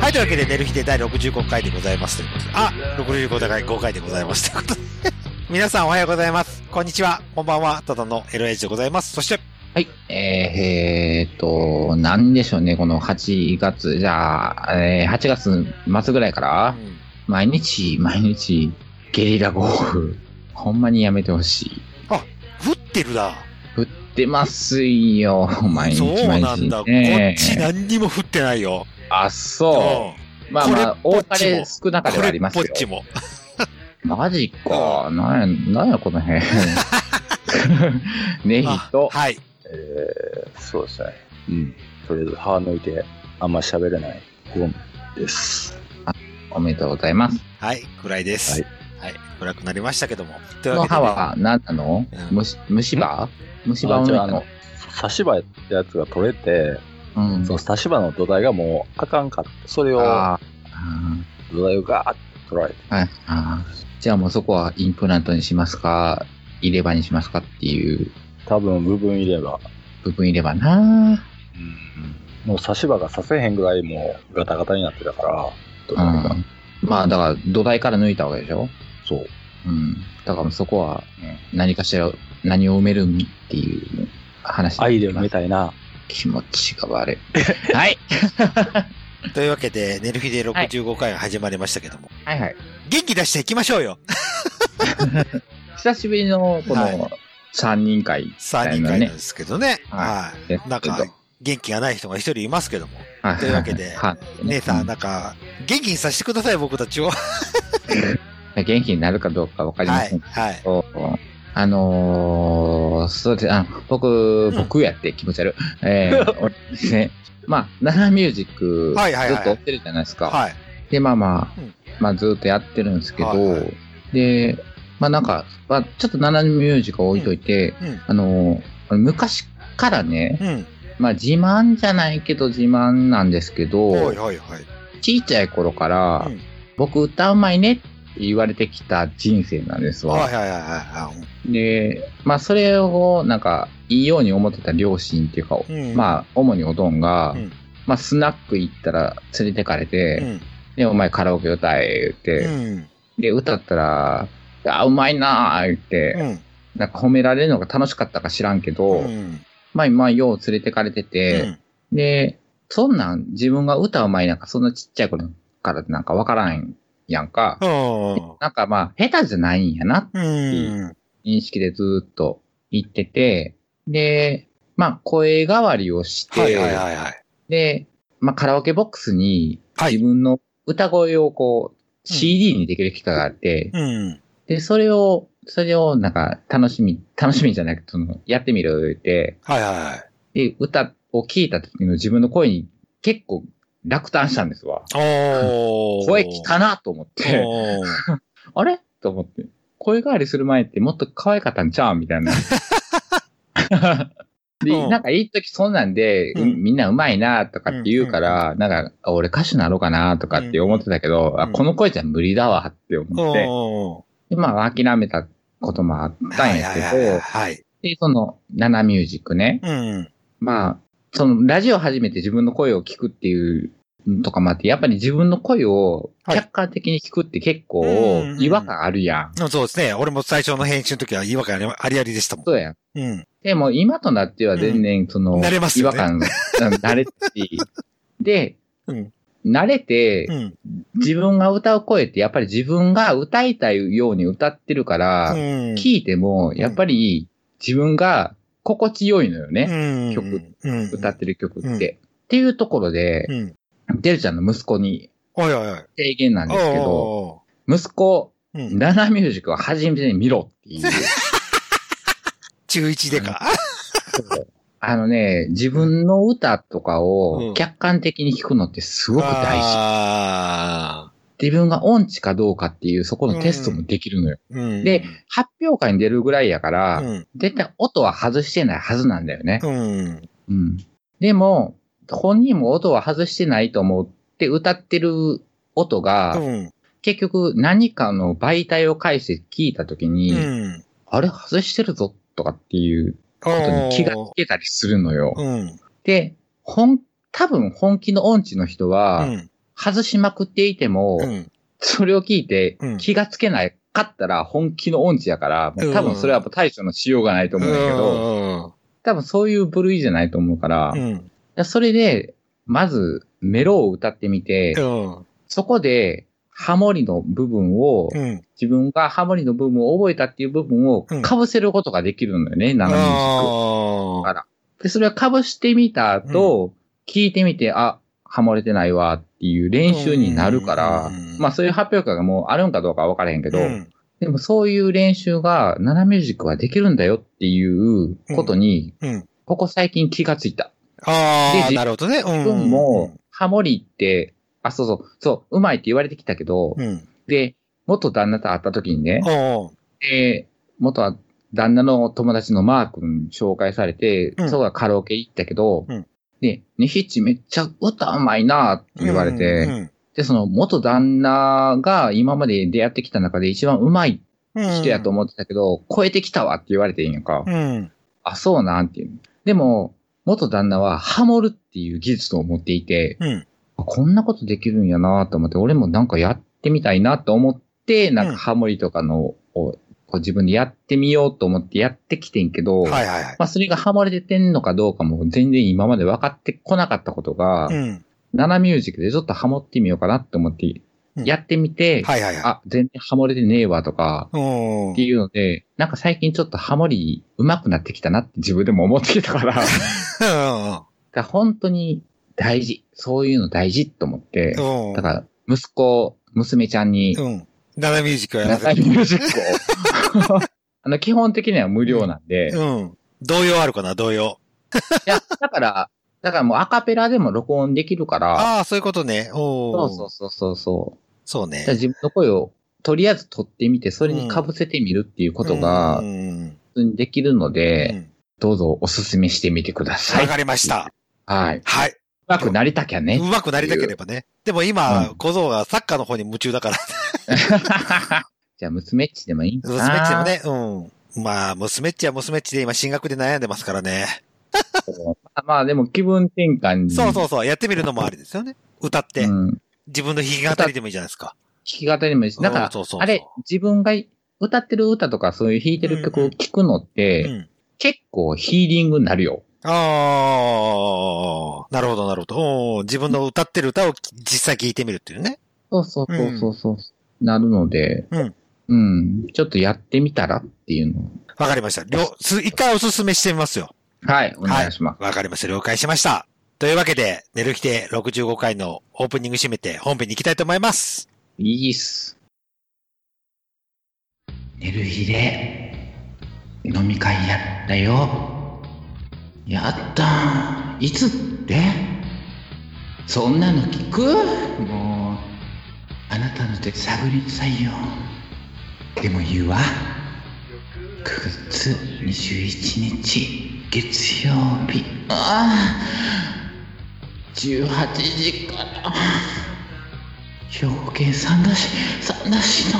はい、というわけで、寝る日で第65回でございますということで。あ、65回、5回でございますということで。 皆さんおはようございます。こんにちは。こんばんは。ただの LH でございます。そして、はい。えー、えーっと、なんでしょうね、この8月、じゃあ、えー8月末ぐらいかうら、ん毎日、毎日、ゲリラ豪雨、ほんまにやめてほしい。降ってるな。降ってますよ、毎日そう毎日、ね。なんだ。こっち何にも降ってないよ。あ、そうう。まあまあ、これ大っぽっちも晴れ少なんかではありますこ。よれっぽっちも。マジか。なんや、なんや、こ の辺。ネギあと、はい。えー、そうですね。うん。とりあえず、歯抜いて、あんま喋れないゴムです。おめでとうございます。はい、暗いです。はい、暗くなりましたけども。といこうのわけ歯でね、は何なのうん虫虫歯虫歯を抜いじゃたの。差し歯やったやつが取れて、うんその差し歯の土台がもうあかんかった。それを、あ土台をガーッと取られて。ーはいあーじゃあもうそこはインプラントにしますか、入れ歯にしますかっていう多分、部分入れば、部分入れ歯な。もう差し歯がさせへんぐらいもうガタガタになってたから、土う台が。ん、まあだから土台から抜いたわけでしょ。そう。うん、だからそこは何かしら何を埋めるんっていう話アイデアみたいな。気持ちが悪い。 はい。というわけで、寝る日で65回が始まりましたけども。はいはい。元気出していきましょうよ。久しぶりのこはの3人会みた3い人な会なんねで。すけどね。ははやってい。なんか、元気がない人が一人いますけども。はいというわけで は姉さん、なんか、元気にさせてください、僕たちを。は元気になるかどうかわかい。りませんけはい。ど、あのー、そうですあ僕、僕やって気持ち悪い。 えー、俺ですね、まあ、ナナミュージック、はいはいはいずっと追ってるじゃないですか。はい。で、まあまうあ、んまあずっとやってるんですけど、はいはで、まあなんか、まあ、ちょっとナナミュージックは置いといて、うん。あのー昔からね、うん。まあ自慢じゃないけど自慢なんですけど、はいはいはい。小さい頃から、うん僕歌うまいねって言われてきた人生なんですわ。はいはいはいはいはい。で、まあそれをなんかいいように思ってた両親っていうか、うんまあ主におどんが、うんまあスナック行ったら連れてかれて、うん。で、お前カラオケ歌えって、うん。で、歌ったら、あ、うまいなあ言って、うん。なんか褒められるのが楽しかったか知らんけど、うん。まあまあよう連れてかれてて、うんで、そんなん自分が歌う前なんかそんなちっちゃい頃からなんかわからんやんか。なんかまあ下手じゃないんやな、うん。認識でずーっと言ってて、で、まあ声変わりをして、はいはいはいはい。で、まあカラオケボックスにはい自分の歌声をこう CD にできる機会があって、うん。で、それを、それをなんか楽しみ、楽しみじゃなくて、そのやってみる言って、はいはいはい。で、歌を聴いた時の自分の声に結構落胆したんですわ。おー。 声聞かなと思って、おーあれと思って、声変わりする前ってもっと可愛かったんちゃうみた いな。うで、んなんかいい時そんなんで、うんうんみんなうまいなとかって言うから、なんか俺歌手なろうかなとかって思ってたけど、んあこの声じゃ無理だわって思って、おでまあ諦めたこともあっー。たんはいやはけいど、はいはい。で、その、ナナミュージックね。うん。まあ、その、ラジオ始めて自分の声を聞くっていうのとかもあって、やっぱり自分の声をはい客観的に聞くって結構うんうんうん違和感あるやん。そうですね。俺も最初の編集の時は違和感ありありありでしたもん。そうやん。うん。でも今となっては全然その、慣れます違よ和ね感、うん慣れて し、で、うん慣れて、うん。自分が歌う声ってやっぱり自分が歌いたいように歌ってるから、うん。聞いても、やっぱり自分が心地よいのよね。うん曲、うん歌ってる曲って。うんっていうところで、うん。デルちゃんの息子においおいおい。提言なんですけど、お息子、ーうん。ナナミュージックは初めて見ろっていう。中一でか。あのね、自分の歌とかうをん客観的に聞くのってすごく大事。事。自分が音痴かどうかっていうそこのテストもできるのよ。うん。で、発表会に出るぐらいやかうら、ん。絶対音は外してないはずなんだよね。うん。うん。でも、本人も音は外してないと思って歌ってる音が、うん。結局何かの媒体を介して聞いたときに、うん。あれ外してるぞとかっていうおことに気がつーけたりするのよ。うん。で、本多分本気の音痴の人は、うん。外しまくっていても、うん。それを聞いてうん気がつけないかったら本気の音痴やから、もう多分それはやっぱ対処のしようがないと思うんだけど、多分そういう部類じゃないと思うから、うん。いうん。やそれで、まずメロを歌ってみて、うん。そこでハモリの部分を、うん。自分がハモリの部分を覚えたっていう部分をうん被せることができるんだよね、あ生ミュージッーあク。で、それは被してみた後、聞いてみて、あ、ハモれてないわっていう練習になるからうんうんうん、まあそういう発表会がもうあるんかどうかは分からへんけど、うんでもそういう練習が、ナナミュージックはできるんだよっていうことに、うん。ここ最近気がついた。ああ、でなるほどね。うん。自分も、ハモリって、あ、そうそう、そう、うまいって言われてきたけど、うん。で、元旦那と会った時にね、おうで、元は旦那の友達のマー君紹介されて、うんそこはカラオケ行ったけど、うんで、ねひっちめっちゃ歌うまいなって言われて、うんで、その元旦那が今まで出会ってきた中で一番うまいうん人やと思ってたけど、超えてきたわって言われていいんやんか。うん。あ、そうなんていう。でも、元旦那はハモるっていう技術を持っていて、うん。こんなことできるんやなと思って、俺もなんかやってみたいなと思って、なんうんかハモリとかのを、こう自分でやってみようと思ってやってきてんけど、はいはいはい。まあそれがハモれててんのかどうかも全然今まで分かってこなかったことが、うん。ナナミュージックでちょっとハモってみようかなと思って、うんやってみて、はいはいはい。あ、全然ハモれてねえわとか、うんっていうので、なんか最近ちょっとハモリ上手くなってきたなって自分でも思ってきた から、だかうら本当に大事。そういうの大事と思って、ん。うん。だから、息子、娘ちゃんに、うん。ナナミュージックはやらナせイて。ミュージック を。あの、基本的には無料なんで、いうん。動揺あるかな、動揺。や、だから、だからもうアカペラでも録音できるから、ああ、そういうことね。おそお。うそうそうそうそそうう。ねじゃあ。自分の声をとりあえず撮ってみて、それに被せてみるっていうことがう、ん普通にできるので、うんどうぞお勧めしてみてくださわい。かりました。はい。うはい。まくなりたきゃねう。まくなりたければね。でも今う、ん小僧がサッカーの方に夢中だから、じゃあ娘っちでもいいんかな娘っちも。ね、うん。まあ、娘っちは娘っちで今進学で悩んでますからね。そうまあまあでも気分転換に。そうそうそう、やってみるのもありですよね。歌ってう。ん自分の弾き語りでもいいじゃないですか。弾き語りもいいし、だかうらんそうそうそう、あれ、自分が歌ってる歌とかそういう弾いてる曲を聴くのっうて、ん。結構ヒーリングになるよ。ああ、なるほど、なるほど。おー自分の歌ってる歌を実際聴いてみるっていうね。そうそうそうそうそう、なるので、うん。うん。ちょっとやってみたらっていうのを。わかりました。りょす一回おすすめしてみますよ。はい、お願いします。わかりました。了解しました。というわけで、寝る日で65回のオープニング締めて本編に行きたいと思います。い、いっす。寝る日で、飲み会やったよ。やったーいつってそんなの聞くもう、あなたの手探りなさいよ。でも言うわ。9月21日、月曜日。ああ、18時から。兵庫県三田市三田市の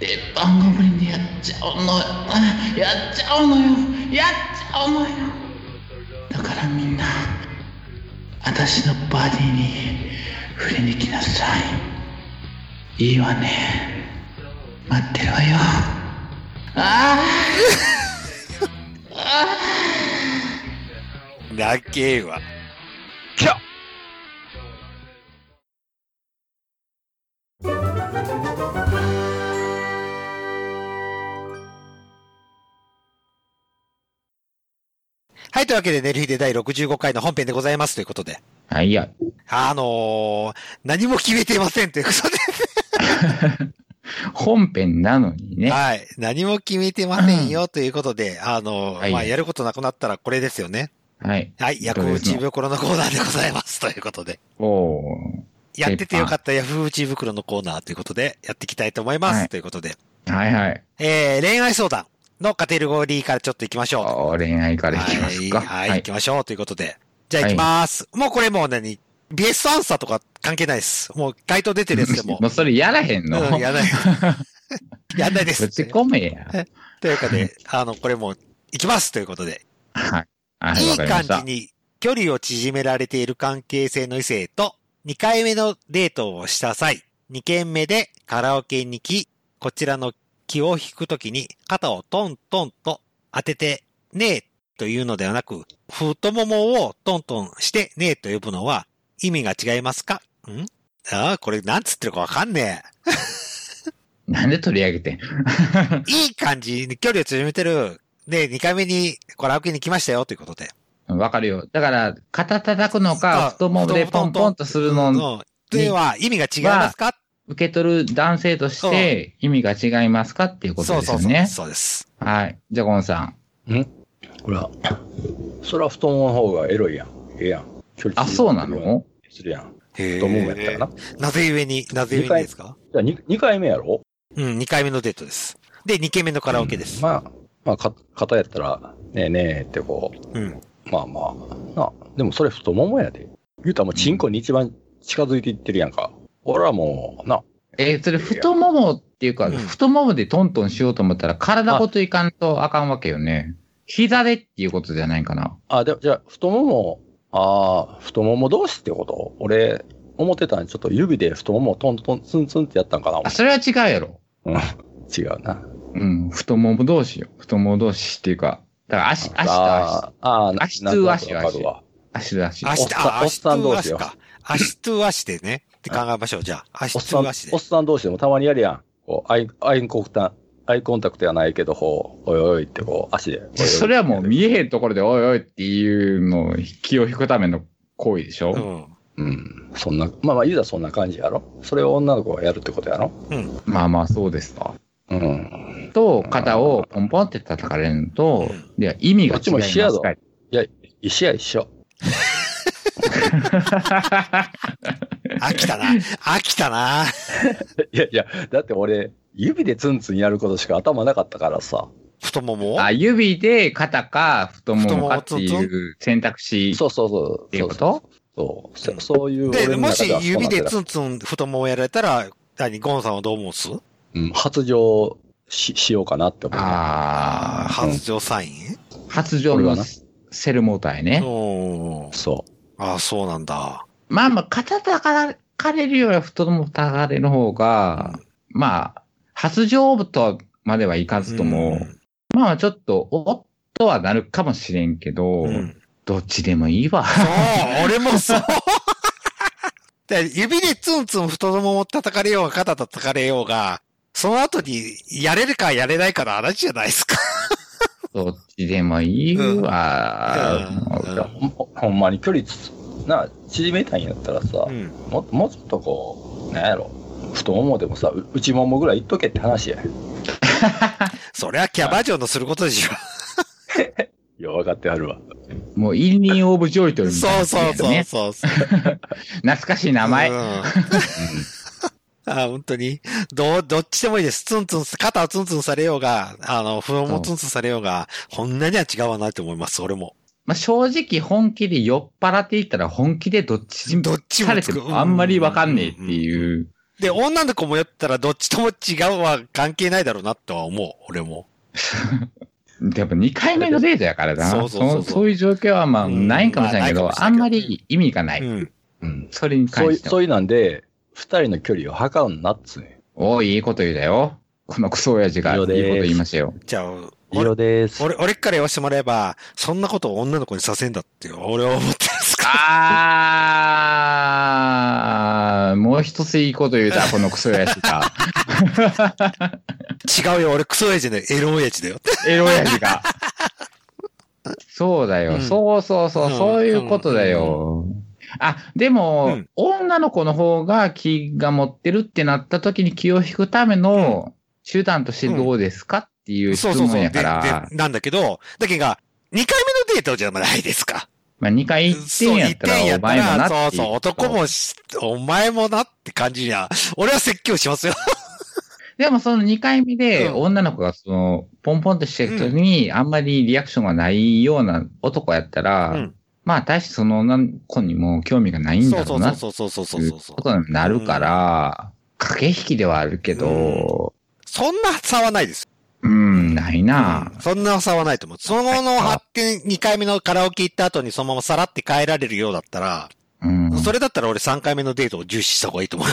鉄板ゴブリンでやっちゃうのよやっちゃうのよやっちゃうのよだからみんな私のバディに触れに来なさいいいわね待ってるわよあーあなけえわ。はい、というわけで、寝る日で第65回の本編でございますということで。ーあいやあのー、何も決めていませんということ本編なのにで。ねはい。何も決めてませんよということで、あのーはいまあ、やることなくなったらこれですよね。はいはい。ヤフーチ袋のコーナーでございますということで。おおやっててよかったヤフーチ袋のコーナーということで、やっていきたいと思います。はいということで。はいはいえー、恋愛相談のカテゴリーからちょっと行きましょう。お恋愛からいきますか。はい、はい、行きましょうということで。じゃあ行きます。もうこれもう何ベストアンサーとか関係ないです。もう回答出てるやつでも うそれやらへんの。うん、やんない。 やんないでぶす。ちと込めや。いうかね、あの、これもう行きますということで。はい。はいい、いわかりま感しじた。に距離を縮められている関係性の異性と、2回目のデートをした際、2軒目でカラオケに来、こちらの気を引くときに肩をトントンと当てて、ねえというのではなく、太ももをトントンしてねえと呼ぶのは意味が違いますかんああ、これなんつってるかわかんねえ。なんで取り上げていんい感じに距離を縮めてる。で、2回目にカラオケに来ましたよということで。わかるよ。だから、肩叩くのか、太ももでポンポンとするのをのでは意味が違いますか受け取る男性として意味が違いますかっていうことそうですそうよそう。ね。そうです。はい。じゃあ、ゴンさん。ほら、そら太ももの方がエロいやん。ええやん。距離あ、そうなのするやん。へ太ももやったらな。なぜゆえに、なぜゆえにですかじゃあ 2, 二回目やろうん、2回目のデートです。で、2軒目のカラオケです。まあ、まあ、か、肩やったら、ねえねえってこうう、ん。まあまあ、な、でもそれ太ももやで。言うたらもうチンコに一番近づいていってるやんか。俺はもう、な、えーそれ太ももっていうか、うん太ももでトントンしようと思ったら、体ごといかんとあかんわけよね。膝でっていうことじゃないかな。あ、で、じゃあ、太もも、ああ、太もも同士ってこと俺、思ってたんちょっと指で太ももをトントン、ツンツンってやったんかなあ、それは違うやろ。 違うな。うん、太もも同士よ。太もも同士っていうか、だから足、足とあーあー、足と足なんとなくわかるわ。足、足と足。足おっさんあ、足とおっさん同士足よか。足と足でね。って考えましょう。じゃあ、おっ足さん、とおっ足で。さん同士でもたまにやるやん。こう、アイ、アイコンタクト、アイコンタクトやないけど、こう、おいおいってこう、足で。おいおいってそれはもう見えへんところで、おいおいっていうのを気を引くための行為でしょ、うん。うん。そんな、まあまあ、言うたらそんな感じやろ。それを女の子がやるってことやろ。まあまあ、そうですか。うん。と、肩をポンポンって叩かれるのとうん、いや、意味が違いまこっちも一緒やすぞかい一緒や一緒。 飽きたな。飽きたな。いやいや、だって俺、指でツンツンやることしか頭なかったからさ。太ももを あ、指で肩か太ももかって太ももをいう選択肢そうそうそう。っていうことそうそうそそういう俺で、のも中しではそうな指ってでるツンツン太ももをやられたら、何、ゴンさんはどう思うっすうん発情ししようかなって思う。ああ、発情サイン発情これはのなセルモーターね。おーそああ、そうなんだ。まあまあ、肩叩かれるよりは太もも叩かれる方が、まあ、発情とはまではいかずとも、まあまあちょっと、おっとはなるかもしれんけど、うん。うんどっちでもいい わ。そう、俺もそう。 で指でツンツン太ももを叩かれようが肩叩かれようが、その後にやれるかやれないかの話じゃないですか。どっちでもいいわ。うんう。ほんほんまに距離つな、縮めたいんやったらさ、うん。ももうちょっとこう、なんやろ。太ももでもさ、う内ももぐらいいっとけって話や。それはキャバ嬢のすることでしょ。いや、分かってあるわ。もう、インディン・オブ・ジョイというみたいそなうそうそうねそう。懐かしい名前うん。。ああ本当に。どう、どっちでもいいです。ツンツン、肩をツンツンされようが、あの、不安もツンツンされようが、こんなには違わないと思います、俺も。まあ、正直本気で酔っ払っていったら本気でどっちにどっちもされてつくうんもあんまりわかんねえっていう。で、女の子もやったらどっちとも違うは関係ないだろうなとは思う、俺も。やっぱ2回目のデートやからな。そうそうそうそうのそういう状況はまあうんないかもしれないけど、まあないかもしれあんけんどまり意味がない。うん。うん。それにそう関いしてそは。ういうなんで、二人の距離を測るなっつうねおい、いいこと言うだよ。このクソ親父がいいいいこよとです言いましたよ。じゃあ、ん。俺、です俺、俺から言わせてもらえば、そんなことを女の子にさせんだって、俺は思ってるんですかあー、もう一ついいこと 言うた、このクソ親父が。ら。違うよ、俺クソ親父で、エロ親父だよ。エロ親父が。そうだうよ、んそうそうそう、うんそういうことだよ。あ、でも、うん女の子の方が気が持ってるってなった時に気を引くための手段としてどうですかっていう質そうそうそ問う。で、やでから、、なんだけど、だけが、2回目のデートじゃないですか。まあ2回1点やったらお前もなってそう一点やったらそいうそう、男。もし、お前もなって感じには、俺は説教しますよ。でもその2回目でうん女の子がその、ポンポンとしてる時にあんまりリアクションがないような男やったら、まあ大してその女の子にも興味がないんそだうろそううなそっうそうそうそうそそういううそうことになるから、駆け引きではあるけど、そんな差はないです。うん、ないなそんな差はないと思う。その後の発展、2回目のカラオケ行った後にそのままさらって帰られるようだったら、うん。それだったら俺3回目のデートを重視した方がいいと思う。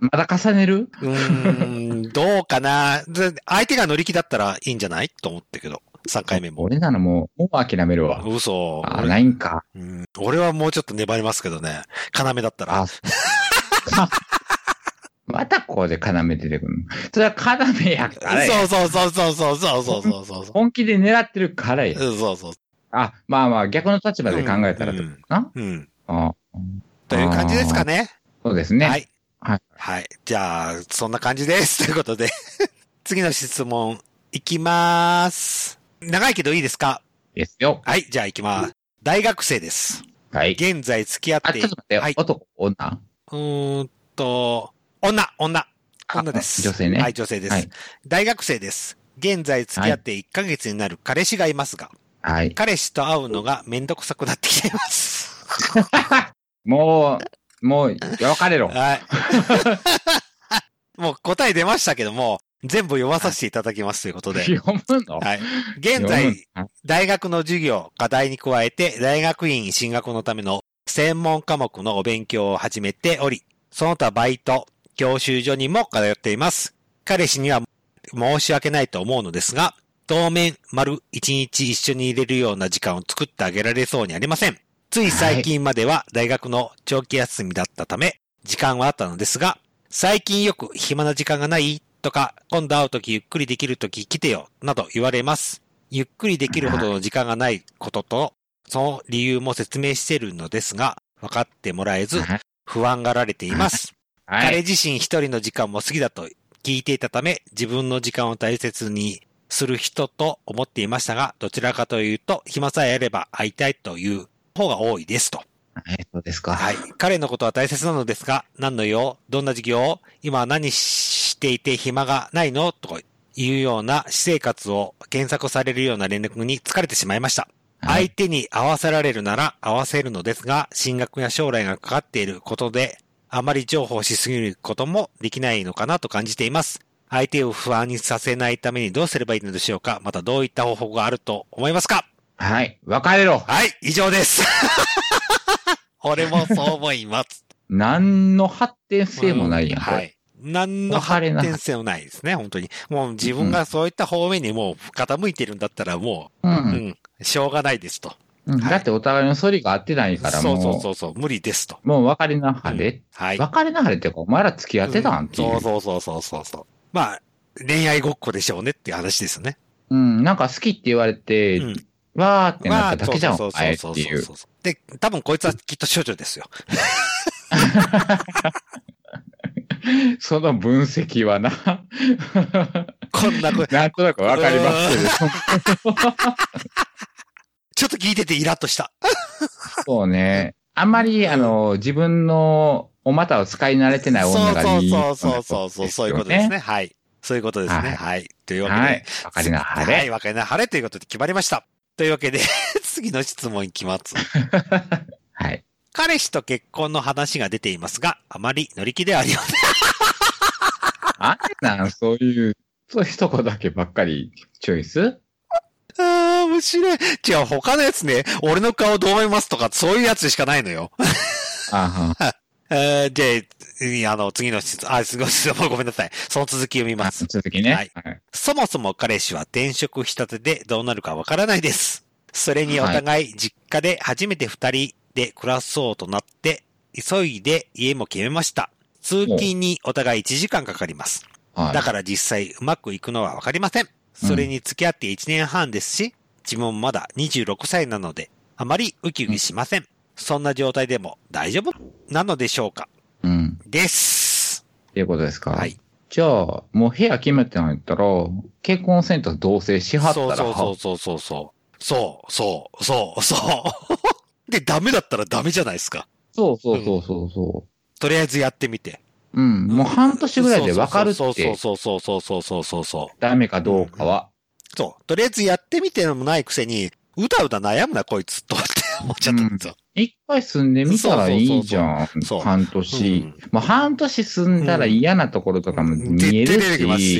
まだ重ねるうーん、どうかな。で相手が乗り気だったらいいんじゃないと思ったけど、3回目も。俺なのもう、もう諦めるわ。嘘あ、俺ないんか。うん俺はもうちょっと粘りますけどね。要だったら。あ、またここで要出てくるの。それは要やからや。そうそうそうそうそうそうそうそうそうそう。本気で狙ってるからや。うんそうそう。あ、まあまあ逆の立場で考えたらうとんな。うん。あという感じですかね。そうですね。はい。はい。はい。じゃあ、そんな感じです。ということで、 次の質問、いきまーす。長いけどいいですかですよ。はい、じゃあ行きます。大学生です。はい。現在付き合っあ、てちょっと待ってよ。はい男、女うーんと、女、女、女です。女性ねはい、女性です。はい大学生です。現在付き合って1ヶ月になる彼氏がいますが、はい。彼氏と会うのがめんどくさくなってきてい ます。もう、もう、別 れろ。はい。 もう答え出ましたけども、全部読まさせていただきますということで。読むのはい。現読む在、大学の授業、課題に加えて、大学院進学のための専門科目のお勉強を始めており、その他バイト、教習所にも通っています。彼氏には申し訳ないと思うのですが、当面、丸一日一緒にいれるような時間を作ってあげられそうにありません。つい最近までは大学の長期休みだったため、時間はあったのですが、最近よく暇な時間がないとか、今度会うときゆっくりできるとき来てよ、など言われます。ゆっくりできるほどの時間がないことと、その理由も説明しているのですが、分かってもらえず、はい不安がられています。 は彼い。自身一人の時間も好きだと聞いていたため、自分の時間を大切にする人と思っていましたが、どちらかというと、暇さえあれば会いたいという方が多いですと。はい、そうですか。はい。彼のことは大切なのですが、何の用どんな授業今は何していて暇がないのとかいうような私生活を検索されるような連絡に疲れてしまいました。はい相手に合わせられるなら合わせるのですが、進学や将来がかかっていることで、あまり情報しすぎることもできないのかなと感じています。相手を不安にさせないためにどうすればいいのでしょうかまたどういった方法があると思いますかはい。別れろ。はい、以上です。 俺もそう思います。何の発展性もないやん。これはい。何の発展性もないですね、本当に。もう自分がそういった方面にもう傾いてるんだったらもう。う、うんん、しょうがないですと。うんはいだってお互いの反りが合ってないから、そうそうもそうそう、無理ですと。う、もう別れなはれ。はい。別れなはれっていうか、お前ら付き合ってたんっていそうう。そうそうそうそうそう。まあ、恋愛ごっこでしょうねっていう話ですね。うん、なんか好きって言われて、うん。わーってまなあっただけじゃん、そおうそう前っそてういそうう。そうそう。で、多分こいつはきっと少女ですよ。その分析はな、こん な声。なんとなくわかりますけど、ちょっと聞いててイラッとした。そうね。あんまり、あの、自分のお股を使い慣れてないそ女うがそういい。そうそうそうそう、そういうことですね。。はい。そういうことですね。はいはい。というわけでは、い。わかりなははい、れ。わかりな晴れということで決まりました。というわけで、 次の質問いきます。はい。彼氏と結婚の話が出ていますが、あまり乗り気ではありません。あれなん、そういう、そういうとこだけばっかりチョイス ああ、面白い。違う、他のやつね、俺の顔どう思いますとか、そういうやつしかないのよ。 あはえー、で、いやあの、次の質問、あ、すごい、すごいごめんなさい。その続き読みまあす。続きね。はいはい。そもそも彼氏は転職したてでどうなるかわからないです。それにお互い実家で初めて二人で暮らそうとなって、急いで家も決めました。通勤にお互い1時間かかります。はいだから実際うまくいくのはわかりません。それに付き合って1年半ですし、自分もまだ26歳なので、あまりウキウキしません。そんな状態でも大丈夫なのでしょうかうん。です。っていうことですか。はい。じゃあ、もう部屋決めてないったら、結婚せんと同棲しはったそうら、そうそうそうそうそう。そう、そう、そう、そう。 で、ダメだったらダメじゃないですか。そうそうそうそうそとりあえずやってみて。う。うん。もう半年ぐらいでわかるっそうそうて、そうそうそうそうそうそうそう。ダメかどうかは。そう。とりあえずやってみてもないくせに、うだうだ悩むな、こいつ、と思って思っちゃったんですよ。一回住んでみたらいいじゃんうそう。半う年ん。もう半年住んだら嫌なところとかも見え絶対出てきるますし、し。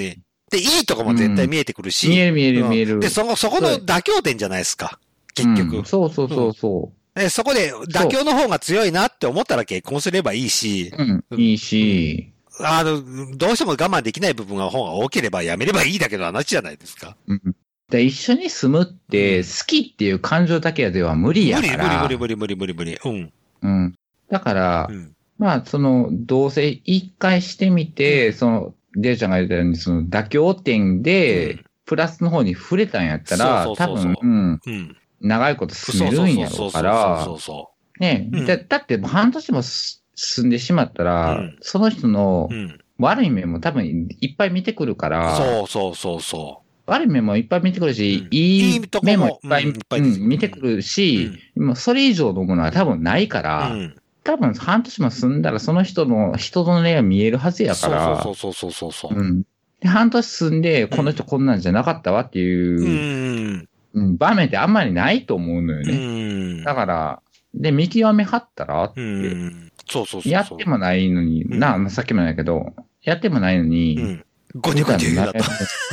で、いいとこも絶対見えてくるし。見える見える見えうる。んで、そこ、そこの妥協点じゃないですか。結局。うんそうそうそうそえそこで妥協の方が強いなって思ったら結婚すればいいし、う。うん。いいし、あの、どうしても我慢できない部分の方が多ければやめればいいだけの話じゃないですか。うん。で一緒に住むって、好きっていう感情だけでは無理無やか理無ら。理無理無理無理無理無理。うん。うん。だから、うん。まあ、その、どうせ一回してみて、その、デイちゃんが言ったように、その、妥協点うでん、プラスの方に触れたんやったら、そうそう多そうそう分、うん、うん。長いこと進めるんやろうからそうそうそうそう、そね、うんだだって、半年もす進んでしまったら、うんその人のう。うん。悪い面も多分いっぱい見てくるから、そうそうそうそ悪い面もいっぱい見てくるし、うんいいいいとこも面もいっぱい,、うんいっぱいですうん見てくるう。し、もうそれ以上のものは多分ないかうら、ん。多分半年も住んだらその人の人の目が見えるはずやから、そうそうそうそうそうそう。うん。で、半年住んで、この人こんなんじゃなかったわってういう、ん。うん場面ってあんまりないと思うのようね。ん。だから、で、見極めはったらって、うん。そうそうそうそう。やってもないのに、うんな、まあさっきもやけど、やってもないのに、うん。ゴニョゴニョ言うなと。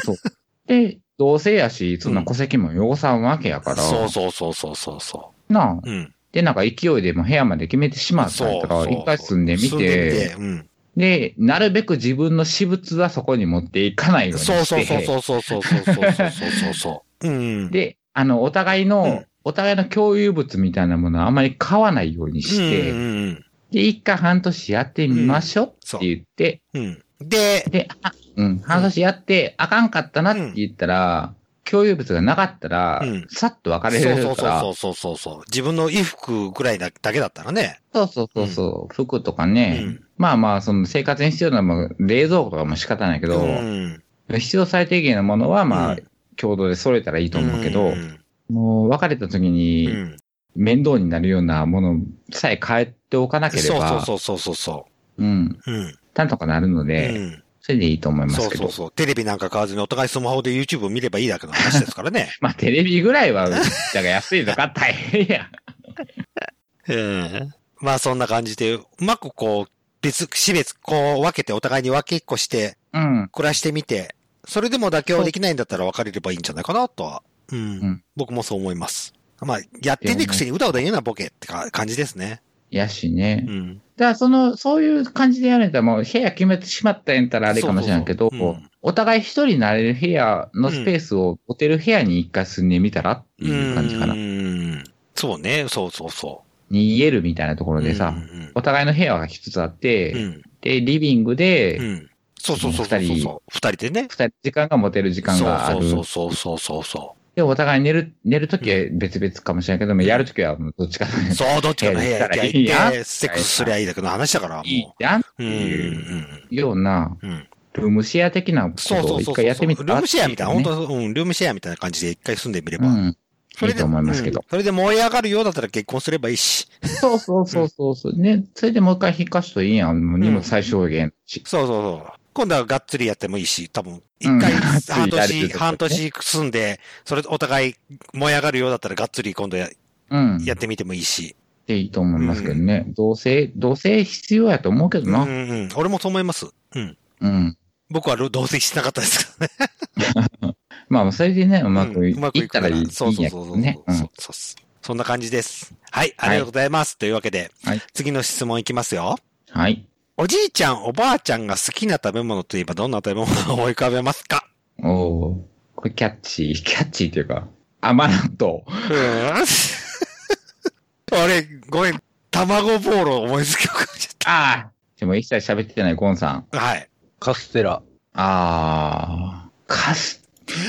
そう。で、同性やし、そんな戸籍も汚さんわけやから、そうそうそうそうそうそなあう。うん。で、なんか勢いでもう部屋まで決めてしまったりとか、一回住んでみて、住んでみてうん。で、なるべく自分の私物はそこに持っていかないようにして。そうそうそうそうそうそうそうそうそうそうそう。うん。で、あの、お互いの、うんお互いの共有物みたいなものはあまり買わないようにして、うんうんうんで、一回半年やってみましょうって言って、うん。で、で、あ、うん、半年やって、あかんかったなって言ったら、共有物がなかったら、うんさっとそう別れそるうから、そそうそうそうそう。自分の衣服ぐらいだけだったらね。うそうそうそう、服とかね、うんまあまあ、その生活に必要なもの、冷蔵庫とかも仕方ないけど、うん。必要最低限のものは、まあ、うん共同で揃えたらいいと思うけど、うんもう別れた時うにん。面倒になるようなものさえ変えておかなけれそうば、そうそうそうそうん、う。うん。なんとかなるのうで、ん。それでいいと思いまそすうけそうど。そう。テレビなんか買わずにお互いスマホで YouTube を見ればいいだけの話ですから ね。まあ、テレビぐらいは、だから安いとか大変や。うん。まあそんな感じで、うまくこう、別、死別、こう分けてお互いに分けっこして、うん。暮らしてみて、それでも妥協できないんだったら別れればいいんじゃないかなとは、うん、ん僕もそう思います。まあ、やってねえくせにうだうだ言うなボケってか感じですね。やしね。うだかん。ら、その、そういう感じでやるんやったら、もう部屋決めてしまったんやったらあれかもしれんけど、そうそうそううんお互い一人になれる部屋のスペースを、ホテル部屋に一回住んでみたらっていう感じかな。うん。そうね、そうそうそに家るみたいなところう。でさ、うんお互いの部屋が一つあって、うん。うん。で、リビングで、うん。そうそうそうそうそう。二二人人でね。二人時間が持てる時間がある。そうそうそうそうそ で、お互い寝る、寝るときは別々かもしれないけども、うんやるときはもうどっちかだう。ね。そう、どっちかの部屋行きゃいい行っやて、セックスすりゃいいだけの話だから、もう。いいじゃんってうん。う。いうんような、うん。ルームシェア的なこそうとそをうそ一うそう。回やってみルたームシェアみたいな、本当当うん、ルームシェアみたいな感じで一回住んでみれうば。ん。それいいと思いますけどうんそれで燃え上がるようだったら結婚すればいいし。そうそうそうそうそう。ね、それでもう一回引っ越すといいやん。もう荷物最小限し。そうそうそう。今度はがっつりやってもいいし、多分、一回うん半がっつり年、やる半年住んで、それお互い燃え上がるようだったらがっつり今度やうん。やってみてもいいし。っていいと思いますけどね。同性、同性必要やと思うけどうんな。うん。俺もそう思います。うん。うん。僕は同棲してなかったですからね。まあ、それでね、ううまくい,、んうまくいったらいいいいんそうそうやけそうそどう。ね。そううんそうそうそんな感じです。はい、ありがとうございます。というわけで、はい次の質問いきますよ。はい。おじいちゃん、おばあちゃんが好きな食べ物といえばどんな食べ物を思い浮かべますかおお、これキャッチー、 キャッチーっていうか、甘納う豆。ーん。俺、ごめん。卵ボーロ思いつきよかっちゃっああでも一切喋ってないゴンさん。た。はい。カステラ。ああカス、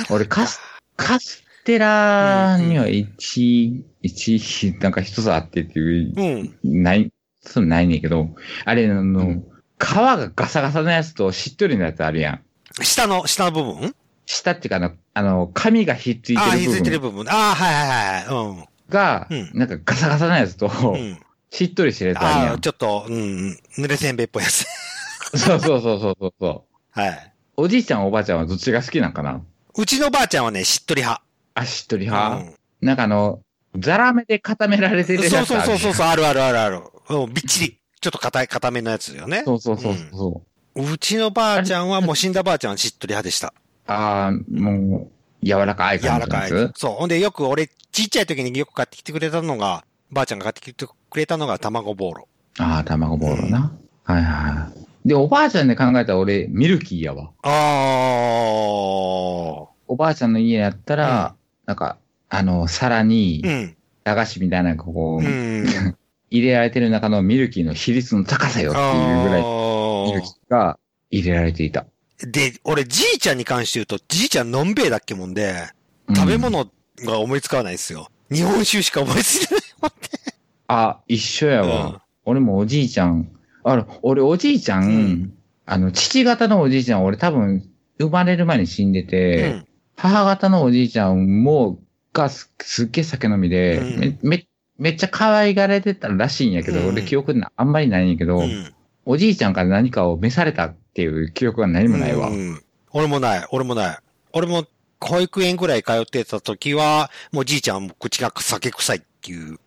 俺カス、カステラには一、一、なんか一つあってっていう、うん。ない、そうないねんけど、あれ、あの、ん皮がガサガサのやつとしっとりのやつあるやん。下の、下の部分下っていうかあの、あの、紙がひっついてああー、るひっついて部る分部分。ああ、はいはいはい。が、うんなんかガサガサのやつと、うん。うん、しっとりしてるやつあるあやあ、ちょっと、うんうん。濡れせんべいっぽいやつ。 ん。そうそうそうそうそうそう。はい。おじいちゃん、おばあちゃんはどっちが好きなんかなうちのばあちゃんはね、しっとり派。あ、しっとうり派、んなんかあの、ザラメで固められてるやつそうあそうるそうじそゃう、んそうあるあるあるある。うん、びっちり。ちょっと硬い、硬めのやつよね。そうそうそうそう。うちのばあちゃんはもう死んだばあちゃんはしっとり派でした。ああ、もう、柔らかい柔感らじのやかいつ。。そう。ほんでよく俺、ちっちゃい時によく買ってきてくれたのが、ばあちゃんが買ってきてくれたのが卵ボーロ。ああ、卵ボーロな。はいはい。で、おばあちゃんで考えたら俺、ミルキーやわ。あー。おばあちゃんの家やったら、なんか、あの、さらにう、ん。駄菓子みたいな、こうう、ん。入れられてる中のミルキーの比率の高さよっていうぐらい、あミルキーが入れられていた。ーで、俺、じいちゃんに関して言うと、じいちゃんのんべえだっけもんで、うん食べ物が思いつかないですよ。日本酒しか思いついてあ、一緒やわ。うん俺もおじいちゃん、あれ、俺おじいちゃん、うんあの、父方のおじいちゃん、俺多分、生まれる前に死んでない。て、うん母方のおじいちゃんも、がすすっげえ酒飲みで、うんめ、め、めっちゃ可愛がれてたらしいんやけど、うん俺記憶なあんまりないんやけど、うん。おじいちゃんから何かを召されたっていう記憶が何もないわ。うん俺もない、俺もない。俺も保育園ぐらい通ってた時は、もうじいちゃんも口が酒臭いっていう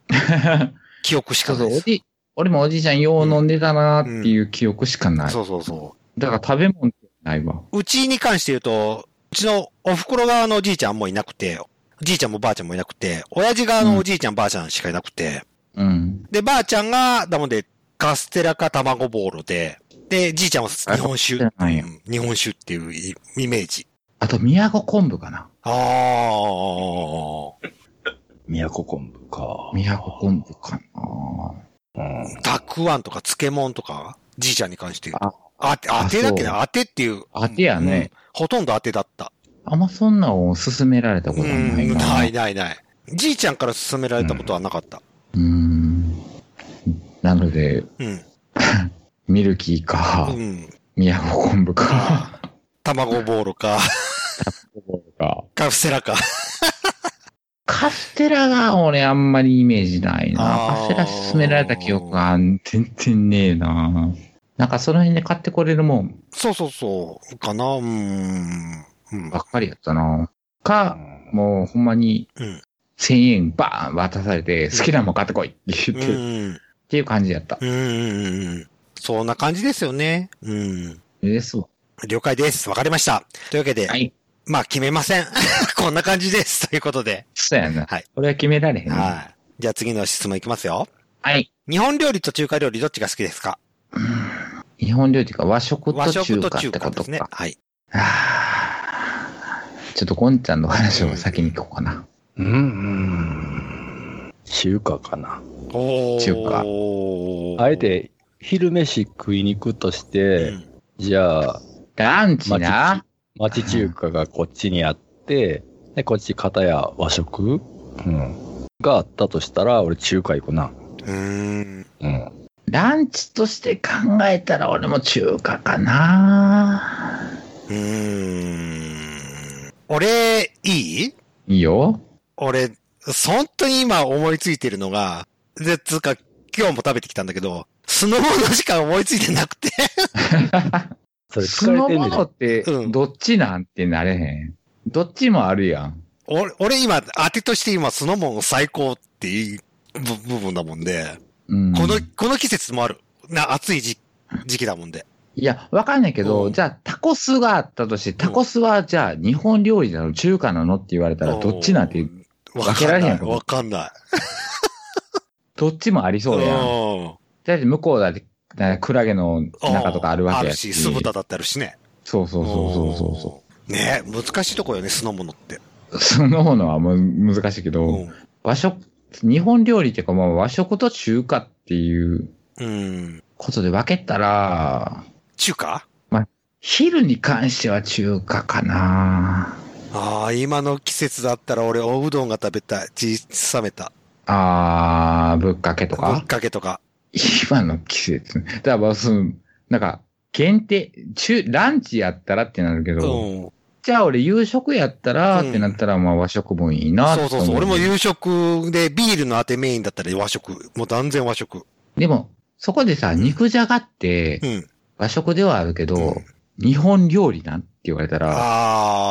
記憶しそかうないそ、うでおす。じい、俺もおじいちゃんよう飲んでたなーっていう記憶しかない。そうそうそだから食べ物ってないわ。う。うちに関して言うと、うちのお袋側のおじいちゃんもいなくて、じいちゃんもばあちゃんもいなくて、親父側のおじいちゃん、ばあちゃんしかいなくて、うん。で、ばあちゃんが、だもんで、カステラか卵ボーロで、で、じいちゃんは日本酒あカステラなんやうん日本酒っていうイイメージ。あと、宮古昆布かな。ああ、宮古昆布か。宮古昆布かな。うん。たくあんとか漬物とか、じいちゃんに関して言うと。あて、あ当てだっけそな当てっていう。当てやねうんほとんど当てだった。あんまそんなんを勧められたことうはないん、な。ないないない。じいちゃんから勧められたことはなかった。うん。なので、うん。ミルキーかう、ん。宮古昆布か、卵ボールか、 かカステラか。カステラが俺あんまりイメージないな。あーカステラ勧められた記憶が全然ねえな。なんかその辺で買ってこれるもんそうそうそう。かなうん。うんば。っかりやったな。か、もうほんまにうん1000円バーン渡されて、好きなもん買ってこいってう言って、っん。ていう感じやった。うんうんうん。そんな感じですよね。うん。ですわ。了解です。わかりました。というわけで、はい。まあ決めません。 こんな感じです。ということで。そうやな。はい。俺は決められへんね。はい。じゃあ次の質問いきますよ。はい。日本料理と中華料理どっちが好きですか日本料理っていうか和食和と食中と華っ中て華こでとすねか。。はい。あーちょっとゴンちゃんの話を先に聞こうかな。うんうん。中華かな。お中華華あえ、て、昼飯食いに行くとしうて、ん、じゃあ、ランチな。町中華がこっちにあって、で、こっち片や和食、うん、があったとしたら、俺中華行くな。うーん。うん。ランチとして考えたら俺も中華かな。うーん。俺、いいいいよ。俺、本当に今思いついてるのが、で、つうか、今日も食べてきたんだけど、スノボのしか思いついてなくて。 それ酢疲れのてんねもん。のってうんどっちなんてなれへん。どっちもあるやん。俺、俺今、当てとして今、スノモン最高っていう部部分だもんで、うん、この、この季節もある。な、暑い時時期だもんで。いや、わかんないけど、うんじゃあタコスがあったとして、タコスはじゃあ日本料理なの、中華なのって言われたら、どっちなんて、わ分かけんられなへんい。わかんない。どっちもありそうやん。ん。だって向こうだって、なクラゲの中とかあるわけあやるし、酢豚だってあるしね。そうそうそうそうそうそうん。ねえ難しいとこよね、酢の物って。う。そのものはもう難しいけど、うん。和食、日本料理っていうか、まあ和食と中華っていううん。ことで分けたら、中華昼に関しては中華かなああ、今の季節だったら俺、おうどんが食べたい。血冷めた。あー、ぶっかけとぶっかかけとか。今の季節。だからまあ、その、なんか、限定、中、ランチやったらってなるけうん。ど、そうじゃあ俺夕食やったらってなったら、まあ和食もいいなってそ思うそう。俺も夕食でビールのあてメインだったら和食。もう断然和食。でも、そこでさ、肉じゃがってうん。和食ではあるけど、うん日本料理なんって言われたら、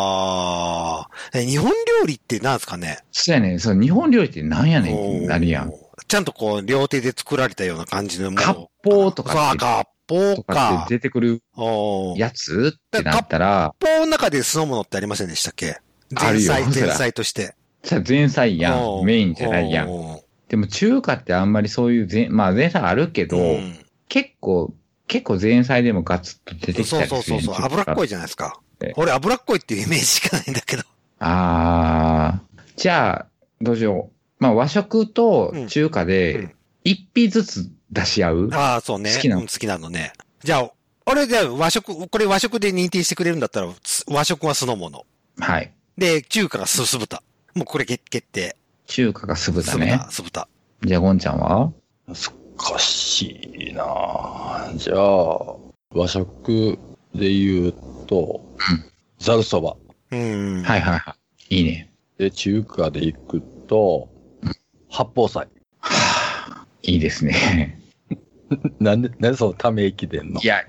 ああ。え日本料理ってなんですかねそうやねん、その日本料理ってなんやねんっておーなるやん。ちゃんとこう、両手で作られたような感じのもの。割烹とかってそう、割棒とかかっ。て出てくるおーやつってなったら、八方の中で酢の物ってありませんでしたっけあ前るよ菜、そら前菜として。じゃあ前菜やおん。ーメインじゃないやん。おでも中華ってあんまりそういう前、まあ前菜あるけーど、うん結構、結構前菜でもガツッと出てきそうたりするそうそうそう。脂っこいじゃないですかええ。俺脂っこいっていうイメージしかないんだけど。ああ。じゃあ、どうしよう。まあ和食と中華うんうでん、一品ずつ出し合 う、ああ、そうね。好きなのうん好きなのね。じゃあ、俺じゃあ和食、これ和食で認定してくれるんだったら、す和食は酢の物。はい。で、中華が酢酢豚。もうこれ決決定。中華が酢酢豚ね。豚、酢豚。じゃあ、ゴンちゃんは難しいなぁじゃあ、和食で言うと、うんざるそば。うん。はいはいはい。いいね。で、中華で行くと、八宝菜。 いいですね。なんで、なんでそのため息でんのいや、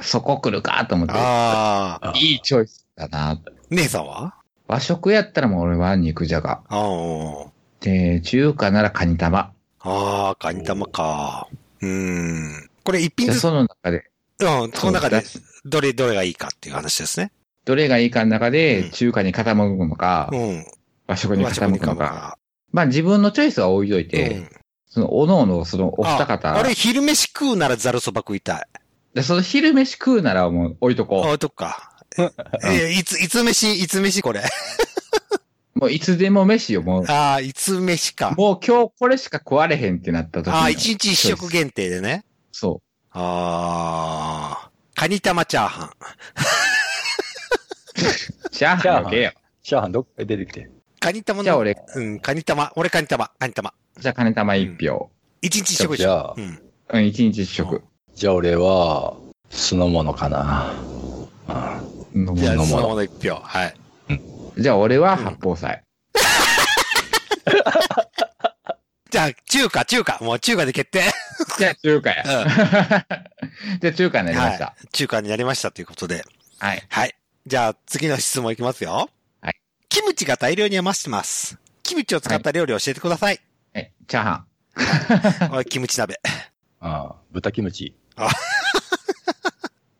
そこ来るかと思って。ああ。いいチョイスだな。姉さんは和食やったらもう俺は肉じゃが。あーで、中華ならカニ玉。あー、カニ玉か。うん。これ一じ品ゃあずつ、その中で、うん、この中でそうどれ、どれがいいかっていう話ですね。どれがいいかの中うでん中華に傾くのか、う和食ん。に和食傾にくかのもか。か。まあ自分のチョイスは置いといて、うんその、おのおの、その、お二あ方。俺昼飯食うならざるそば食いたい。で、その昼飯食うならもう置いとあこあ、どっか。 え、いつ、いつ飯、いつ飯これ。う。もういつでも飯よ、もう。ああ、いつ飯か。もう今日これしか食われへんってなった時のああ、一日一食限定でね。そああ、カニ玉チャーハン。う。チャーハンよけよ。チャーハンどっかで出てきて。カニ玉の。じゃあ俺、うん、カニ玉。俺カニ玉。カニ玉。じゃあ金玉一票。一日一食でじしょ。ゃあう、ん。うん、一日一食。じゃあ俺は、酢の物かな。うん飲むじゃあ、飲むそのもの一票。はい。じゃあ俺は八宝菜。じゃあ、中華、中華。もう中華で決定。 じゃあ中華や。 じゃあ中華になりましはた。い。中華になりましたということで。はい。はい。じゃあ、次の質問いきますよ。はい。キムチが大量に余してます。キムチを使った料理を教えてください。え、チャーハン。おいキムチ鍋。うん。豚キムチ。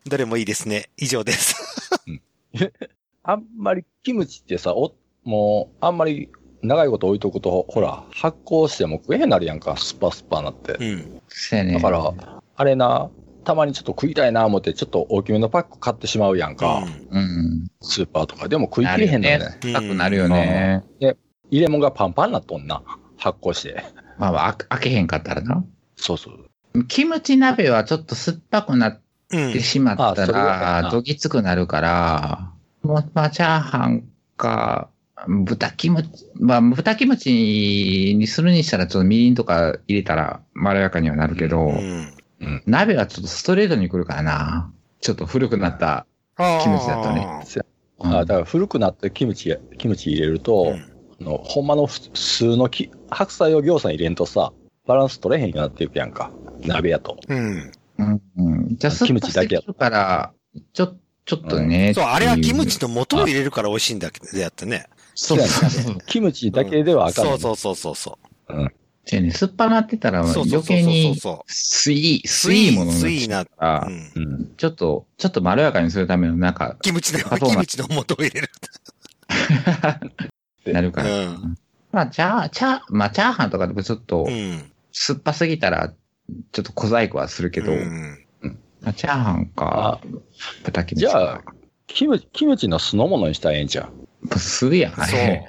どれもいいですね。以上です。あんまりキムチってさ、お、もう、あんまり長いこと置いとくと、ほら、発酵しても食えへんなるやんか、スパスパなって。うん。そうやね。だから、あれな、たまにちょっと食いたいな思って、ちょっと大きめのパック買ってしまうやんうか、んうん。スーパーとか。でも食い切れへんのよね。高くなるよね。入れ物がパンパンなっとんな、発酵して。まあまあ、あ開けへんかったらな。そうそう。キムチ鍋はちょっと酸っぱくなっうんって。しまっあたそれはらな、どぎつくなるから、もう、まあ、チャーハンか、豚キムチ、まあ、豚キムチにするにしたら、ちょっとみりんとか入れたら、まろやかにはなるけど、うん。鍋はちょっとストレートに来るからな。ちょっと古くなった。キムチだったねうんあだから古くなってキムチ、キムチ入れるうと、んあのほんまの普通のき白菜を餃子に入れんとさ、バランス取れへんようになっていくやんか。鍋やと。うん。うんうんじゃあ、キムチだけ酸っぱすぎるから、ちょ、ちょっとね。そう、あれはキムチと。の素を入れるから美味しいんだけど、やってね。そうそうそう。キムチだけではあかん、そうそうそうそうそそうやね酸っぱなってたら、う。そう余そうそう計そうに、そスイー、スイーものになっちゃうからう。うん。うん。ちょっと、ちょっとまろやかにするための、なんか、キムチだよあキそうなんムチの素を入れる。なるうから。ん。まあ、チャー、チャー、まあ、チャーハンとかでもちょっとう、ん。酸っぱすぎたら、ちょっと小細工はするけど、うんまあ、チャーハンか、豚キムチじか。ゃあ、キムチ、キムチの酢の物にしたらええんじゃん。やっぱ酢やん、あれ。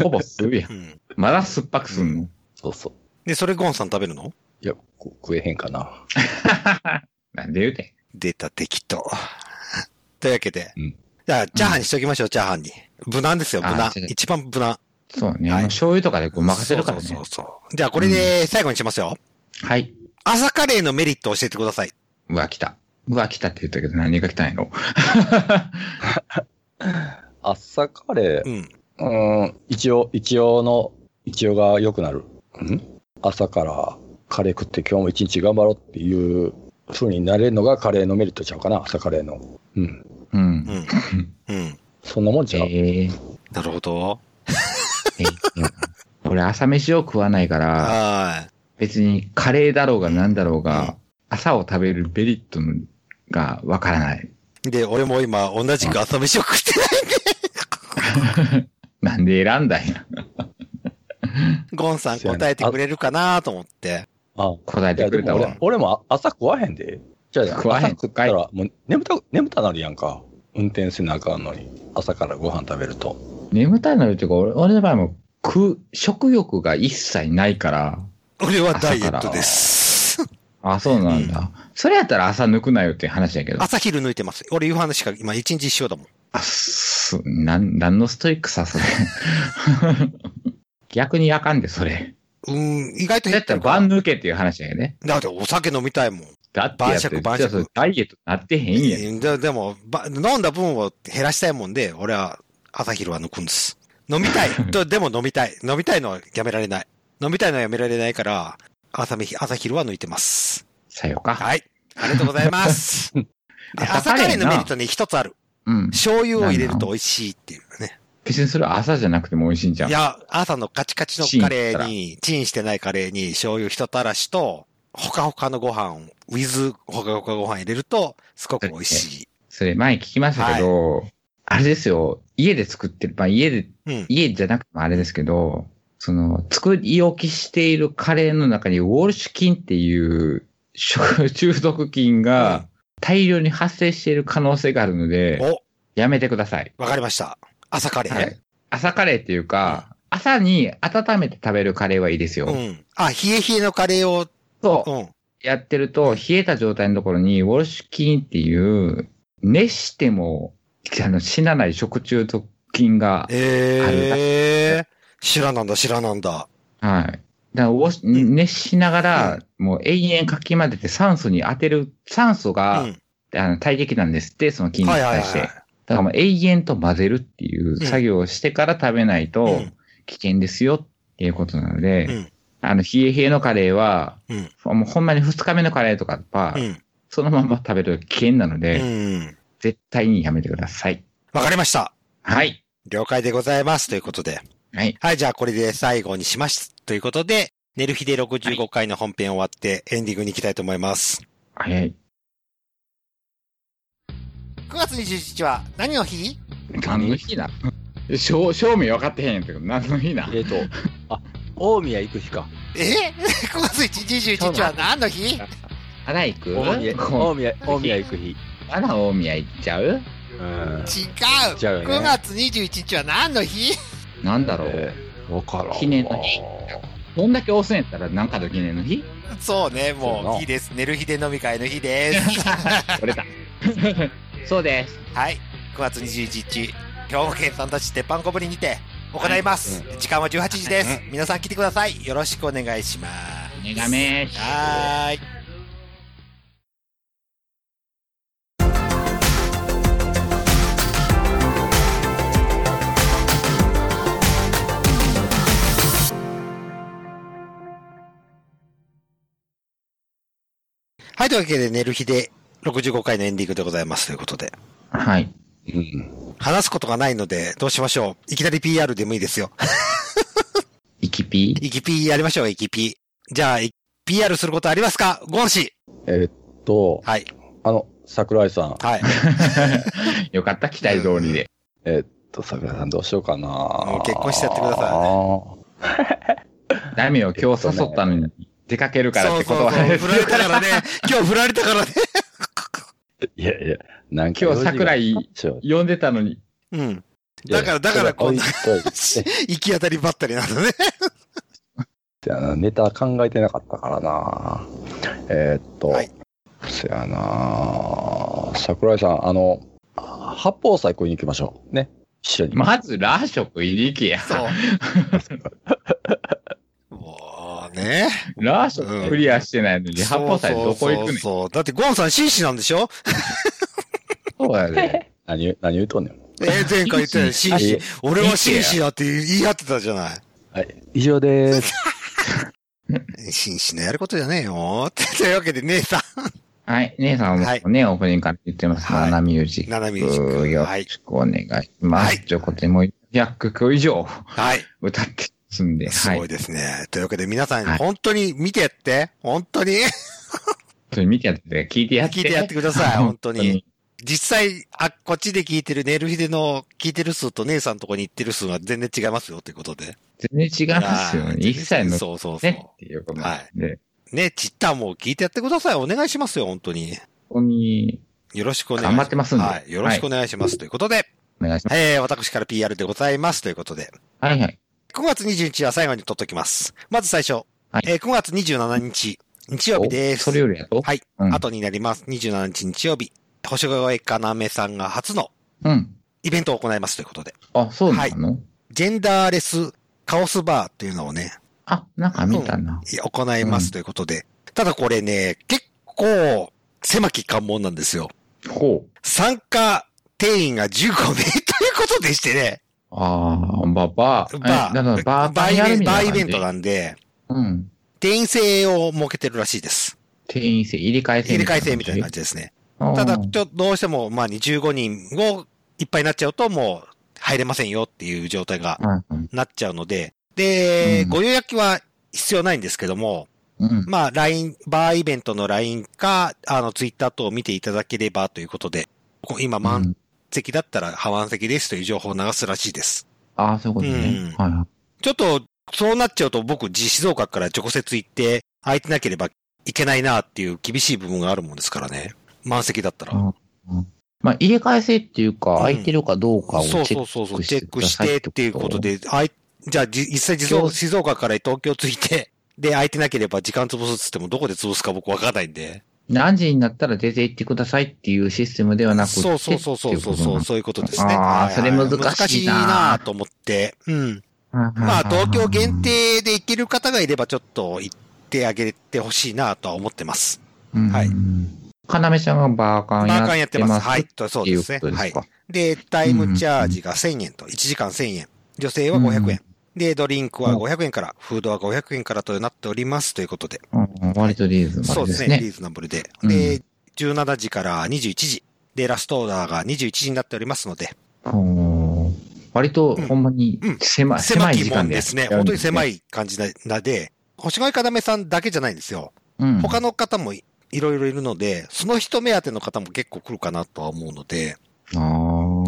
ほぼ酢やんう。ん。まだ酸っぱくすんの。そうそう。で、それゴンさん食べるのいや、こ食えへんかな。なんで言うて出た適当。というわけでうん。じゃあ、チャーハンにしときましょう、チャーハンに。無難ですよ、無難あ。違う一番無難。ん。そうね。はいあの醤油とかでごまかせるからね。そうそうそう。じゃあ、これで最後にしますよ。はい。朝カレーのメリットを教えてください。うわ、来た。うわ、来たって言ったけど何が来たんやろ。朝カレうん。ー、うん、一応、一応の、一応が良くなる。ん朝からカレー食って今日も一日頑張ろうっていう風になれるのがカレーのメリットちゃうかな、朝カレーの。うん。う。うんん。うん。そんなもんえちゃう。ー、なるほど。えー、俺朝飯を食わないから、は別にカレーだろうが何だろうが、朝を食べるベリットのがわからない。で、俺も今同じく朝飯を食ってない。なんで選んだんや。ゴンさん答えてくれるかなと思って。あ答えいてやくでれもた俺わ。俺もあ朝食わへんで。じゃあ、食わへん 朝食ったら、もう眠た、眠たなるやんか。運転せなあかんのに。朝からご飯食べると。眠たいのよっていうか、俺俺の場合も食、食欲が一切ないから。俺はダイエットです。あ、そうなんだ。それやったら朝抜くなよって話やけど。朝昼抜いてます。俺夕飯しか今一日一緒だもん。あ、す、なん、なんのストイックさ、それ。 逆にあかんで、それ。うん、意外と減それやっってたるらから晩抜けっていう話やよね。だってお酒飲みたいもん。だってや晩って、酌晩酌じゃあそれダイエットなってへんやん。ででもば、飲んだ分を減らしたいもんで、俺は朝昼は抜くんです。飲みた い。とでも飲みたい。飲みたいのはやめられない。飲みたいのはやめられないから、朝め朝昼は抜いてます。さよか。はい。ありがとうござい ます。で朝朝カレカレーーのなメリットに一つある。うん。醤油を入れると美味しいっていうね。別にそれは朝じゃなくても美味しいんじゃん。いや、朝のカチカチのカレーに、チンしてないカレーに醤油一垂らしと、ほかほかのご飯を、ウィズほかほかご飯入れると、すごく美味しい。それ前聞きましたけど、あれですよ。家で作ってる、まあ家で、うん。家じゃなくてもあれですけど、その、作り置きしているカレーの中にウォルシュ菌っていう食中毒菌うがん大量に発生している可能性があるので、お、やめてください。わかりました。朝カレー。はい朝カレーっていうか、朝に温めて食べるカレーはいいですよ。うん。あ、冷え冷えのカレーを、そうう、ん。やってると、冷えた状態のところに、ウォルシュ菌っていう、熱しても、あの、死なない食中毒菌が、ええー。知らなんだ、知らなんだ。はい。だからウォシん熱しながら、もう永遠かき混ぜて酸素に当てる、酸素うが、ん。あの体液なんですって、その菌にはいはい対はして。い。だからもう永遠と混ぜるっていう作業をしてから食べないとうん危険ですよっていうことなので、うんあの、冷え冷えのカレーは、うんもうほんまに2日目のカレーとかは、うん。そのまま食べると危険なので、うん。絶対にやめてください。わかりました。はい。了解でございます。ということで。はい。はい、じゃあこれで最後にします。ということで、寝る日で65回の本編終わってエンディングに行きたいと思います。早い。 9月27日は何の日何の日な正正味分かってへんやんけど、何の日なえっ、と、あ、大宮行く日か。え ?9 月21日は何の日まだ行く大宮、こ大宮、大宮行く日。うまだ大宮行っちゃううん。違う違うよね !9 月21日は何の日なんだろう、えーわからんわ。記念の日こんだけ遅いんやったら何かの記念の日そうね、そうもやうないいです。寝る日で飲み会の日です。これだ。そうです。はい、9月21日、兵庫県三田市鉄板小ぶりにて行います。時間は18時です。皆さん来てください。よろしくお願いします。ネガメーシ。はーい。はい、というわけで、寝る日で65回のエンディングでございますということで。はい。うん。話すことがないので、どうしましょう。いきなり PR でもいいですよ。 イキピイキピやりましょう、イキピじゃあ、い PR することありますかゴンシえーっと、はい、あの、桜井さん。はい。ー。 よかった、期待通りで。えーっと、桜井さんどうしようかな。う結婚しちゃってくださいい。ダメよ、今日誘ったのに、出かけるからってことはそうそうそう。振られたからね。今日振られたからね。いやいや、なんか今日桜井。井 呼んでたのに、うん。だから、だからこんな、う。 行き当たりばったりなんだね。せやな、ネタ考えてなかったからな。えーっと、はいせやな、桜井さん、あの、八方斎食いに行きましょう。ね。一緒に。まずラー食入りきや。そう。もうね。ラー食クリアしてないのに、八方斎どこそ行くねんうそうそう。だってゴンさん紳士なんでしょそうやで。何、何言うとんねん。えー、前回言ったよ。紳あい士え。俺は紳士だって言い張ってたじゃない。はい。以上です。紳士のやることじゃねえよって。というわけで、姉さん。はい。姉さんはいもね、オープニングから言ってますはが、いナミュージック。ナナミュージックよはいろしくお願いしまはす。ということで、もう100曲以上はい。歌ってますんで、すはごいい。ですね。というわけで皆さん、はい本当に見てやって。本当に。それ見てやってて、聞いてやって。聞いてやってくだ さい、本当当に。。実際、あ、こっちで聞いてるネルフィデの聞いてる数と姉さんのとこに行ってる数は全然違いますよ、ということで。全然違いますよはね。い一切のそうそうそう。ね、っていうことなんで、ね、ちったもう聞いてやってください。お願いしますよ、本当に。ここによろしくお願い頑張ってますんで。はい。よろしくおはい願いします。ということで、お願いします。えー、私から PR でございます。ということで。はいはい。 9月21日は最後に取っときます。まず最初。はいえー9月27日、日曜日です。おそれよりやとはい。うん後になります。27日日曜日。星越かなめさんが初のうん。イベントを行いますということで。あ、そうなの、ジェンダーレスカオスバーっていうのをね、あ、なんか見たな。行いますということで。ただこれね、結構狭き関門なんですよ。ほう。参加定員が15名ということでしてね。ああ、バーバー。えなるほどバーバーやるみバたーイいなベントだ。なんで、うん。定員制を設けてるらしいです。定員制、入れ替え制。入れ替え制みたいな感じですね。感ただ、ちょっとどうしても、まあ、25人をいっぱいになっちゃうと、もう入れませんよっていう状態がうんうんなっちゃうので、で、うんご予約は必要ないんですけども、うん。まあ、LINE、バーイベントの LINE か、あの、Twitter 等を見ていただければということで、こう今満席だったら、半満席ですという情報を流すらしいです。ああ、そういうことね。うはいはい。ちょっと、そうなっちゃうと僕、自静岡から直接行って、空いてなければいけないなっていう厳しい部分があるもんですからね。満席だったら。まあ、入れ替え制っていうか、うん空いてるかどうかをチェそうッそうクそうそう、チしてェッくクだしさいてっってことていうことで、あい、じゃあ、じ実際静岡今日静岡から東京着いて、で、空いてなければ時間潰すっつっても、どこで潰すか僕わかんないんで。何時になったら出て行ってくださいっていうシステムではなくて。そうそうそうそうそうっていことそなう、んだそういうことですね。あーそれ難しいな難しいなぁと思って。うん。まあ、東京限。定で行ける方がいれば、ちょっと行ってあげてほしいなぁとは思ってます。うんはい。かなめちゃんがバーカバンーカンややっっててま。ますす。はいっ。とそうていでうすこね。とではすいか。。で、タイムチャージが1000円と、1時間1000円。女性は500円。で、ドリンクは500円から、フードは500円からとなっておりますということで。うん割とリーズそムうでですすね、ねリ。ーズナブルで。うんで、17時から21時。で、ラストオーダーが21時になっておりますので、うん割と、ほんまにうん狭い、狭狭いき時も間んでですね。本当に狭い。い感じななで、星越かなめさんだけじゃないんですよ。うん他の方もいいろいろいるので、その人目当ての方も結構来るかなとは思うので、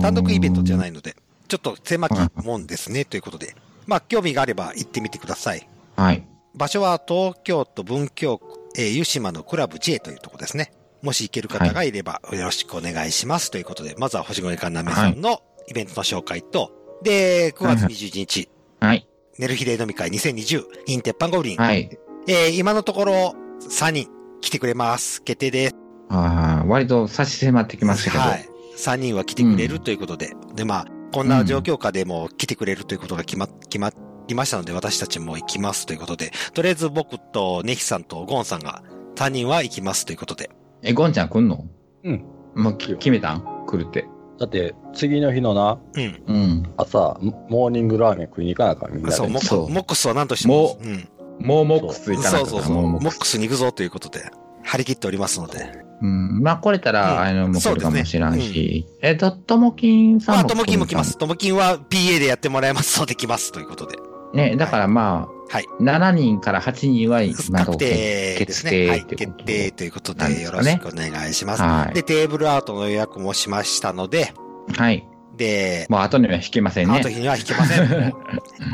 単独イベントじゃい。ないので、ちょっと狭きもんですね、ということで。まあ、興味があれば行ってみてください。はい。場所は東京都文京区、えー湯島のクラブ J というところですね。もし行ける方がいればよろしくお願いしますということで、まずは星越かなめさんのイベントの紹介と、で、9月21日、はい。寝る日で飲み会2020、インテッパンゴブリン。はい。えー今のところ3人来てくれます。決定です。あー割と差し迫ってきましたけど。はい。3人は来てくれるということで、で、まあ、こんな状況下でも来てくれるということが決ま、決まりましたので、私たちも行きますということで、とりあえず僕とネヒさんとゴンさんが、他人は行きますということで。え、ゴンちゃん来んのうん。もうき決めたん来るって。だって、次の日のな、うん。うん。朝、モーニングラーメン食いに行かなあかん、みんなで。そう、モそッうクモックスは何としてもも、うん。もうモックスいかそなくうてそうそう、もモモックッスクスに行くぞということで、張り切っておりますので。うん。まあ、来れたら、あの、もう来るかもしれんそうでし。えっと、ともきんさんまもあ、ともきんも来ま来す。ともきんは PA でやってもらえますので来ますということで。るんか。ね、だからまあ、はい7人から8人は今の確定ですね。決定はい。ってこと決定ということなんで、でよすろかねしくお願いします。はで、テーブルアートの予約もしましたので、い。はい。で、もう後には引けませんあねと。日には引けま せん。もう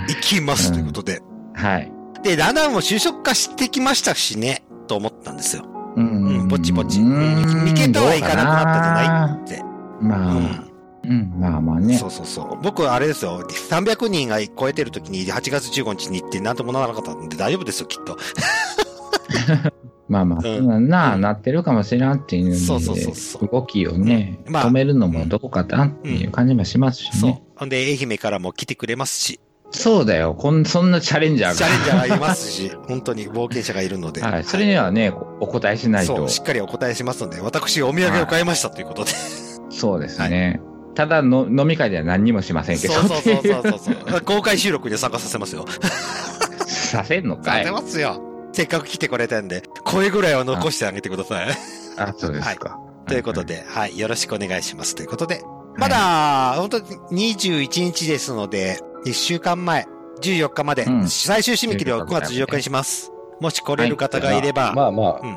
行きますということで。はい。で、だんだんもう就職化してきましたしね、と思ったんですよ。ううんぼちぼちううんんいけたはいかなくなったんじゃなうまあ、ん。うん、まあまあねそ。うそうそう。僕、あれですよ。300人が超えてる時に8月15日に行って何ともならなかったんで大丈夫ですよ、きっと。まあまあ、うんそんなんなあ、なってるかもしれんっていうそうそのうそうでそう、動きをね、うんまあ止めるのもどこかだっていう感じもしますしそうね。。ほんで、愛媛からも来てくれますし、そうだよ。こん、そんなチャレンジャーチがャレンジャーがいますし、 本当に冒険者がいるので。はい、それにはね、お答えしないそとう、。しっかりお答えしますので、私、お土産を買いましたということで。そうですね。ただの、飲み会では何にもしませんけど。。そうそうそうそううそう そう。公開収録で参加させますよ。させんのさかせいますよ。せっかく来てくれたんで、声ぐらいは残してあげてください。あ、そうですか。ということで、はい、よろしくお願いします。ということで、まだ、本当に21日ですので、1週間前、14日まで、うん最終締め切りを9 14月14日にします。もし来れる方がいれば、まあまあ、うん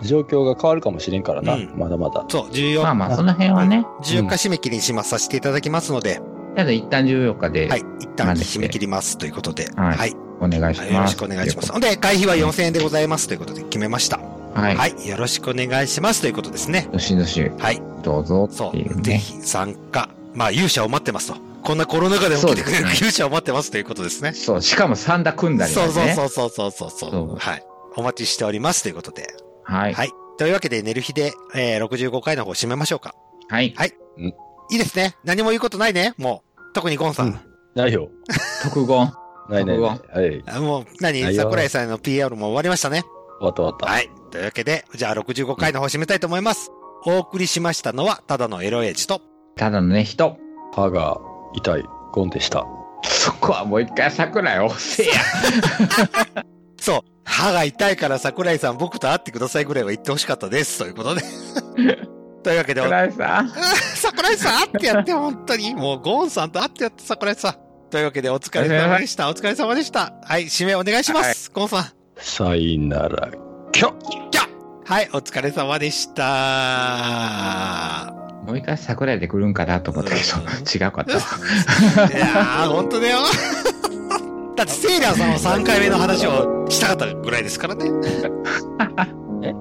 な状況が変わるかもしれんからな、うんまだまだ。そう、14、まあまあ、その辺はね、 14日締め切りにします、させていただきますので、ただ一旦14日ではい、一旦なんで締め切りますということで、は、はいいお願いしまはす。いよろしくお願いします。ほんで、会費は4000円でございますということで決めました。はい。はい、よろしくお願いしますということですね。どしどし、はい、どうぞっそていうう、ぜね。ひ参加。まあ、勇者を待ってますと。こんなコロナ禍でも来てくれるそうです勇者を待ってますということですね。そう、しかも三打組んだりね。そうそうそうそうそうそうそうそうはい。お待ちしておりますということで。はい。はい。というわけで、寝る日で、えー、65回の方締めましょうか。はい。いいですね。何も言うことないね。もう。特にゴンさん。うんないよ。特言。ないないない。そはい。終あもう、何ないよ桜井さんの PR も終わりましたね。わった終わった。はい。というわけで、じゃあ65回の方締めたいと思います。お送りしましたのは、ただのエロエイジと、ただのね、人。歯が痛いゴンでした。そこはもう一回桜井押せや。そう、歯が痛いから桜井さん僕と会ってくださいぐらいは言ってほしかったです。という ことで。というわけで、桜井さん。桜井さん会ってやって、本当に。もう、ゴーンさんと会ってやって、桜井さん。というわけで、お疲れ様でした。お疲れ様でした。はい、締めお願いします。ゴーンさん。さいなら、きょはい、お疲れ様でした。もう一回桜井で来るんかなと思ったけど、違うかった わ。いやー、本当だよ。だって、セイラーさんは3回目の話をしたかったぐらいですからね。え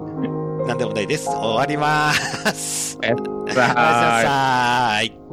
なんでもないです。終わりまーす。おえやすみなさあ。さーい。